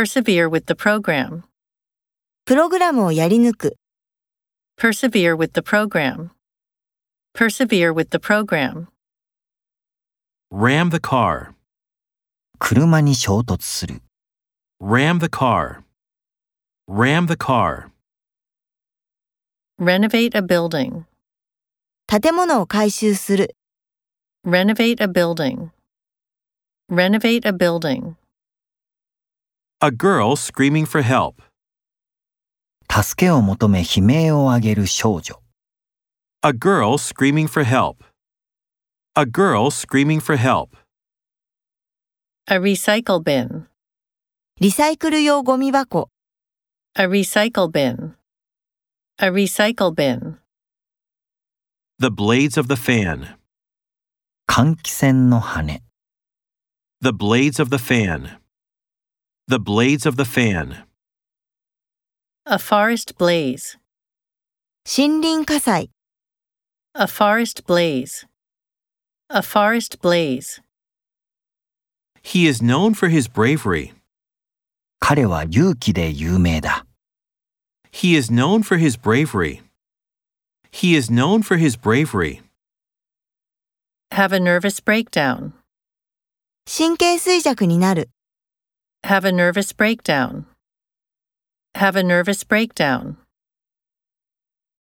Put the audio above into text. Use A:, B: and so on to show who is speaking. A: Persevere with the program.
B: プログラムをやり抜く、
A: Persevere with the program. Persevere with the program.
C: Ram the car.
D: 車に衝突する。
C: Ram the car. Ram the car.
A: Renovate a building.
B: 建物を改修する、
A: Renovate a building. Renovate a building.
C: A girl screaming for help.
D: 助けを求め悲鳴を上げる少女。
C: A girl screaming for help. A girl screaming for help.
A: A recycle bin.
B: リサイクル用ゴミ箱、
A: A recycle bin. A recycle bin.
C: The blades of the fan.
D: 換気扇の羽。
C: The blades of the fan. The blades of the fan.
A: A forest blaze.
B: 森林火災、
A: A forest blaze. A forest blaze.
C: He is known for his bravery.
D: 彼は勇気で有名だ。
C: He is known for his bravery. He is known for his bravery.
A: Have a nervous breakdown.
B: 神経衰弱になる、
A: Have a nervous breakdown. Have a nervous breakdown.